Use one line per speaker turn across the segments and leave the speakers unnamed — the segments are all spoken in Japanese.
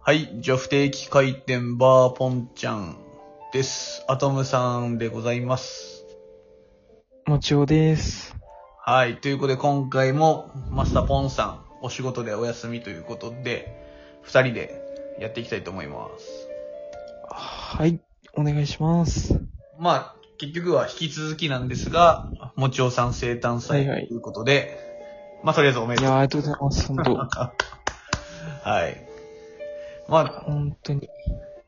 はい。じゃあ、不定期回転バーポンちゃんです。アトムさんでございます。
もちおです。
はい。ということで、今回もマスターポンさん、お仕事でお休みということで、二人でやっていきたいと思います。
はい、お願いします。
まあ、結局は引き続きなんですが、もちおさん生誕祭
はいはい
ということで、まあ、とりあえずおめでと
い
う。
やあ、ありがとうございます、本当
はい。まあ、
本当に。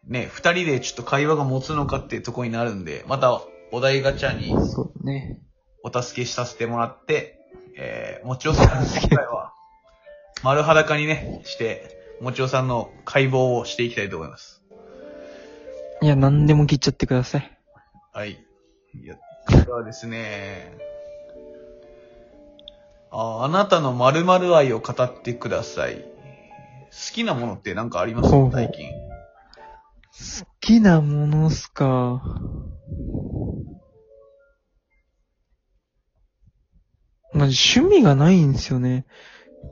ね、二人でちょっと会話が持つのかっていうとこになるんで、またお題ガチャに
そうね。
お助けさせてもらって、えー、もちおさん、今回 は丸裸にね、して、もちおさんの解剖をしていきたいと思います。
いや、何でも切っちゃってください。
はい。いや、これはですね、ああなたの〇〇愛を語ってください。好きなものって何かあります
ほうほう
最近。
好きなものっすか。まあ、趣味がないんですよね。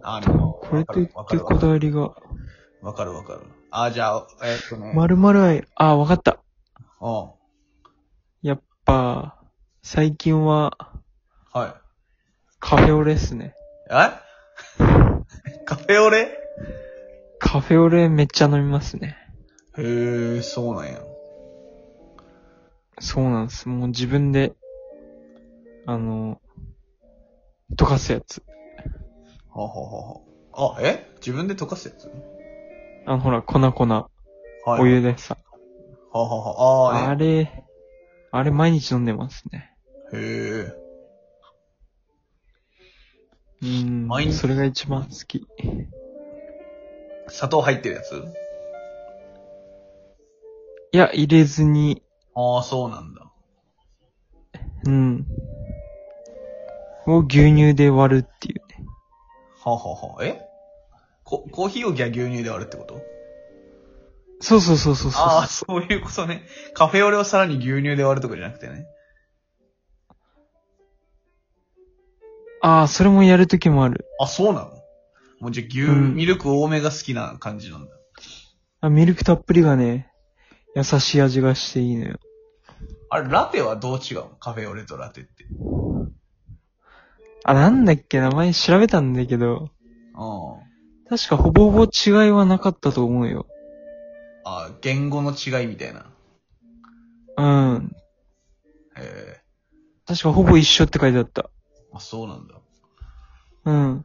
あ
多分これといってこだわりが。
わかるわかる。ああ、じゃあ、えーっとね。
まるまる愛。あ、わかった。
うん。
やっぱ、最近は、
はい。
カフェオレっすね。
え カフェオレへ
カフェオレめっちゃ飲みますね。
え、そうなんや。
そうなんです。もう自分で、あの、溶かすやつ。
ほうほうほうほう。あ、え自分で溶かすやつ
あの、ほら、粉粉、
はい。
お湯でさ。
はははあ
あ
あ、ね。
れ、あれ毎日飲んでますね。
へえ。
うん
毎日。
それが一番好き。い
砂糖入ってるやつ
や、入れずに、
ああ、そうなんだ。
うん。を牛乳で割るっていうね。
はははえこ、コーヒーをギャ牛乳で割るってこと
そうそうそうそうそう。
ああ、そういうことね。カフェオレをさらに牛乳で割るとかじゃなくてね。
ああ、それもやるときもある。
あ、そうなのもうじゃあ牛、
うん
ミルク多めが好きな感じなんだ。
あミルクたっぷりがね、優しい味がしていいのよ。
あれ、ラテはどう違うのカフェオレとラテって。
あ、なんだっけ、名前調べたんだけ
う
ど。
ん。
確かほぼほぼ違いはなかったと思うよ。
あ、言語の違いみたいな。
うん。
へえ。
確かほぼ一緒って書いてあった。
あ、そうなんだ。
うん。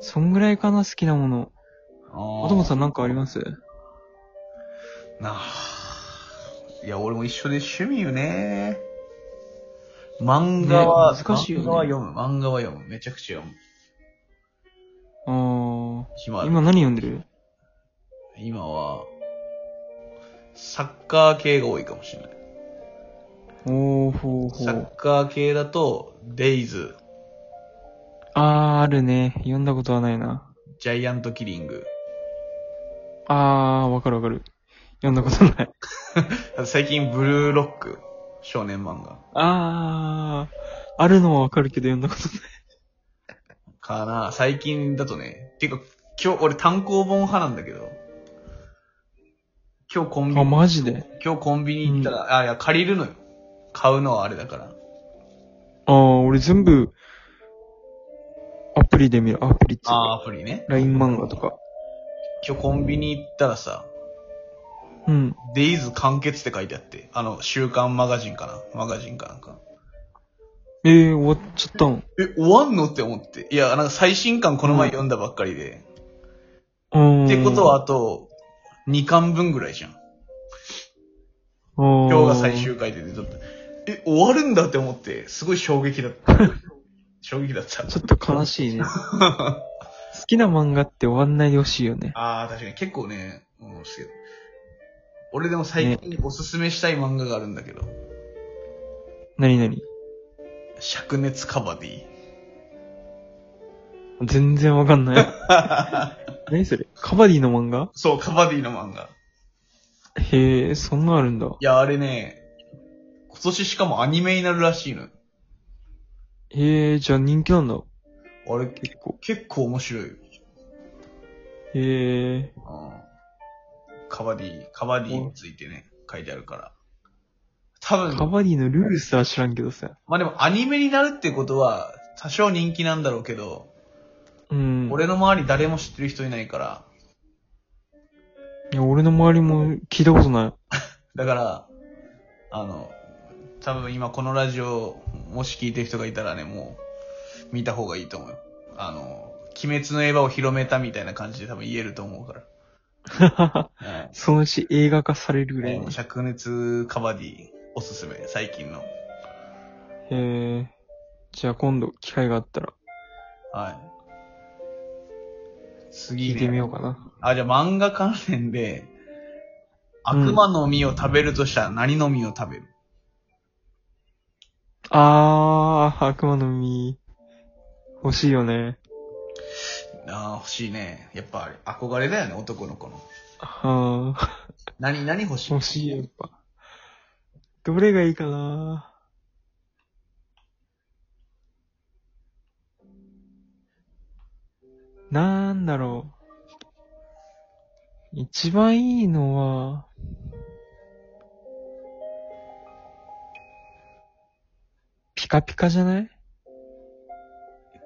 そんぐらいかな、好きなもの。
あー
おともさんなんかあります
なあ。いや、俺も一緒で趣味よね。漫画は、
ね難しいよね
漫画は読む。漫画は読む。めちゃくちゃ読む。
あー。
暇ある
今何読んでる
今は、サッカー系が多いかもしれない。
おー、ほうほ
サ
う。
ッカー系だと、デイズ、
あー、あるね。読んだことはないな。
ジャイアントキリング。
あー、わかるわかる。読んだことない。
あと最近、ブルーロック、少年漫画。
あー。あるのはわかるけど読んだことない。
かな最近だとね。ていうか、今日、俺単行本派なんだけど。今日コンビ
あ、
ニ、
マジで
今日コンビニ行ったら、あ、いや、借りるのよ。買うのはあれだから。
あー、俺全部、アプリで見る。アプリっていう
あ
か。
アプリね。
LINE 漫画とか。
今日コンビニ行ったらさ、
うん。
デイズ完結って書いてあって。あの、週刊マガジンかなマガジンかなんか。
ええー、終わっちゃったの
え、終わんのって思って。いや、なんか最新刊この前読んだばっかりで。
うーん。
ってことは、あと、2巻分ぐらいじゃん。今
今
日が最。終回で出とった。え、終わるんだって思って、すごい衝撃だ った。衝撃だった。
ちょっと悲しいね。 好きな漫画って終わんないでほしいよね。
ああ、確かに結構ね、うん、すげえ俺でも最近おすすめしたい漫画があるんだけど、
なになに
灼熱カバディ。
全然わか んない。何それカバディの漫画
そう、カバディの漫画。
へえ、そんなあるんだ。
いや、あれね、今年しかもアニメになるらしいのよ。
へえ、じゃあ人気なんだ。
あれ、
結構。
結構面白いよ。
へえ。
うんカバディ、カバディについてね、書いてあるから。多
カ
分、
バディのルールすら知らんけどさ。
まあでもアニメになるってことは、多少人気なんだろうけど、
うん。
俺の周り誰も知ってる人いないから、
いや俺の周りも聞いたことない。
だから、あの、多分今このラジオ、もし聞いてる人がいたらね、もう、見た方がいいと思うよ。あの、鬼滅の刃を広めたみたいな感じで多分言えると思うから。う ん
そのうち映画化されるぐらい
え
の
ー。灼熱カバディ、おすすめ、最近の。
へえ。じゃあ今度機会があったら
はい。
聞
次
いてみ
ね。
ようかな。
あ、じゃあ漫画関連で、
うん
悪魔の実を食べるとしたら何の実を食べる、
あー、悪魔の実。欲しいよね。
ああ、欲しいね。やっぱ憧れだよね、男の子の。
はあ
何、何欲しい
欲しい、やっぱ。どれがいいかななんだろう。一番いいのは、ピカピカじゃない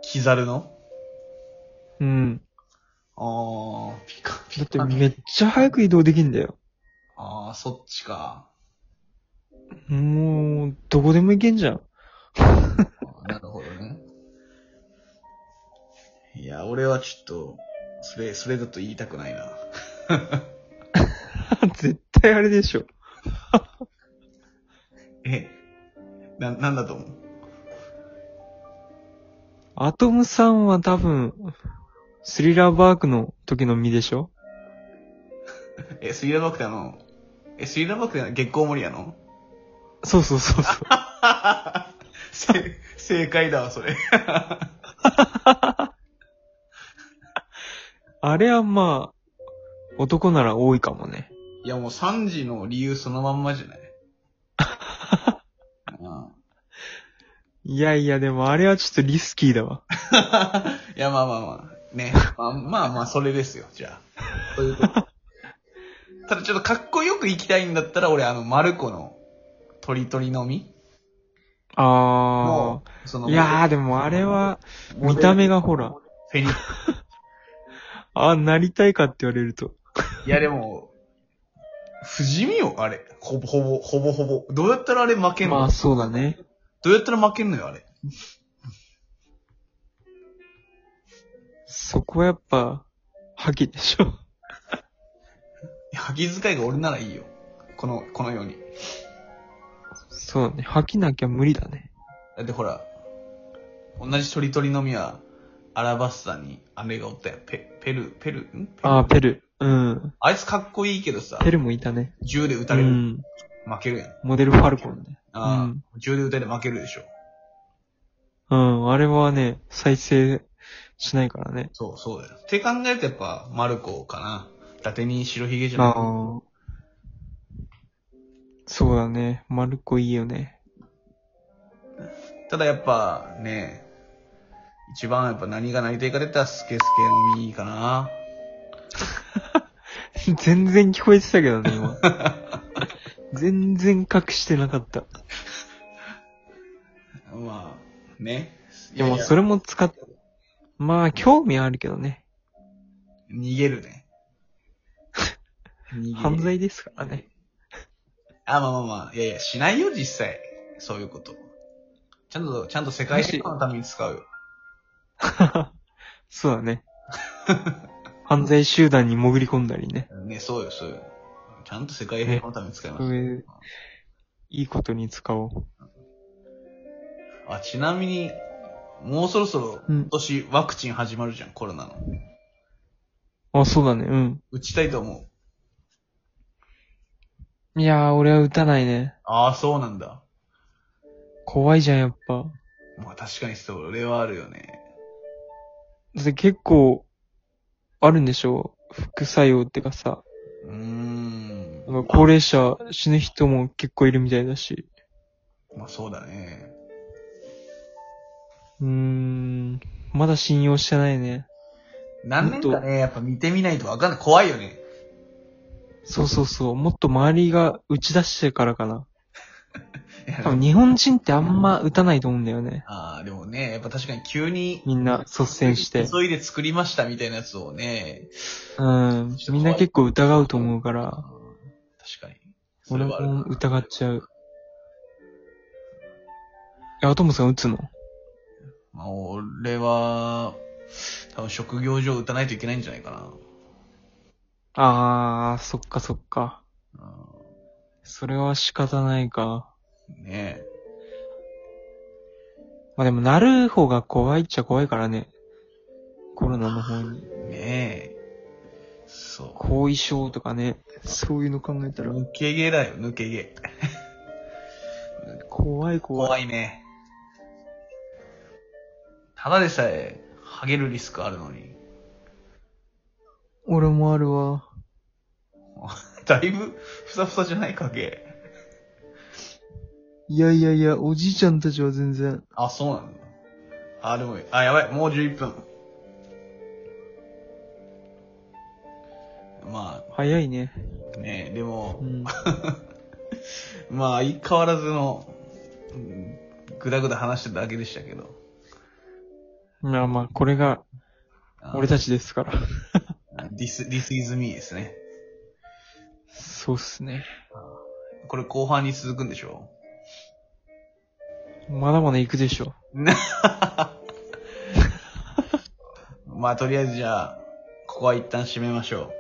キザルの
うん。
ああ、ピカピカ。
だってめっちゃ早く移動できんだよ。
ああ、そっちか。
もう、どこでも行けんじゃ ん。
なるほどね。いや、俺はちょっと、それ、それだと言いたくないな。
絶対あれでしょ。
え、な、なんだと思う
アトムさんは多分、スリラーバークの時の身でしょ
え、スリラーバクターの、え、スリラーバクターの月光森やの
そうそうそうそう。
せ正解だわ、それ。
あれはまあ、男なら多いかもね。
いや、もう3時の理由そのまんまじゃ ないうん
いやいや、でもあれはちょっとリスキーだわ。
いや、まあまあまあ。ね。まあまあまあ、それですよ、じゃあ。そういうこと。ただちょっとかっこよく行きたいんだったら、俺、あの、マルコの、鳥鳥の実
あ
の、そ
あ。
の、
いやー、でもあれは、
モデル
見た目がほら。
フェニッ
ああ、なりたいかって言われると。
いや、でも、不死身よ、あれ。ほぼほぼ、ほぼほぼ。どうやったらあれ負けんの、
まあそうだね。
どうやったら負けんのよ、あれ。
そこはやっぱ、覇気でしょ。
吐き遣いが俺ならいいよ。この、このように。
そうだね。覇気なきゃ無理だね。
だってほら、同じ鳥鳥の実は、アラバスタに姉がおったやん。ペ、ペル、ペル、んペル
ああ、ペル。うん。
あいつかっこいいけどさ、
ペルもいたね。
銃で撃
う
たれる、
ん。
負けるやん。
モデルファルコンね。
ああ
うん
銃で撃たれて負けるでしょ。
うん、あれはね、再生しないからね。
そう、そうだよ。って考えるとやっぱ、マルコかな。伊達に白ひげじゃ
あ
な
あー。そうだね。マルコいいよね。
い。ただやっぱ、ね、一番やっぱ何がなりたいかで言ったら、スケスケの実かな。
全然聞こえてたけどね、 今。全然隠してなかった。
まあ、ね。い
でもそれも使っ、まあ興味あるけどね。
逃げる ね。逃げる
犯罪ですからね。
あ、まあまあまあ。いやいや、しないよ、実際。そういうこと。ちゃんと、ちゃんと世界史のために使うよ。
そうだ ね。犯罪集団に潜り込んだりね。
ね、そうよ、そうよ。ちゃんと世界平和のために使います。
そういういいことに使おう。
あ、ちなみに、もうそろそろ、
うん
今年ワクチン始まるじゃん、コロナの。
あ、そうだね、うん。
打ちたいと思う。
いやー、俺は打たないね。
ああ、そうなんだ。
怖いじゃん、やっぱ。
まあ確かにそれはあるよね。
だって結構、あるんでしょ副作用ってかさ、
うーん。
なんか高齢者死ぬ人も結構いるみたいだし。
まあそうだね。
うーん、まだ信用してないね。
何年かね、やっぱ見てみないとわかんない。怖いよね。
そうそうそう。もっと周りが打ち出してからかな。
いや
多分日本人ってあんま打たないと思うんだよね。
ああ、でもね、やっぱ確かに急に、
みんな率先して。
急いで作りましたみたいなやつをね。
うん。みんな結構疑うと思うか
うん
ら、
確かに。それ
俺
はある
も疑っちゃう。え、アトムさん打つの
まあ、俺は、多分職業上打たないといけないんじゃないか
あー、そっかそっか。
な。
それは仕方ないか。
うん、ねえ。
まあでも、なる方が怖いっちゃ怖いからね。コロナの方に。
ねえ。そう。
後遺症とかね。そういうの考えたら。
抜け毛だよ、抜け毛。
怖い怖い。
怖いね。ただでさえ、ハゲるリスクあるのに。
俺もあるわ。
だいぶ、ふさふさじゃないかげ。
いやいやいや、おじいちゃんたちは全然。
あ、そうなんだ。あ、でも、あ、やばい、もう11分。ま
早いね。
あ、ねでも
う、ん。
まあ、相変わらずの、うんぐだぐだ話してただけでしたけど。
まあまあ、これが
あ
俺たちですから。
This, this is me ですね。
そうっすね。
これ後半に続くんでしょ
まだまだ行くでしょ。
まあ、とりあえずじゃあ、ここは一旦締めましょう。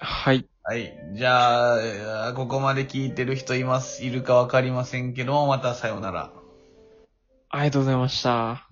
はい。
はい。じゃあえー、ここまで聞いてる人います、いるかわかりませんけども、またさようなら。
ありがとうございました。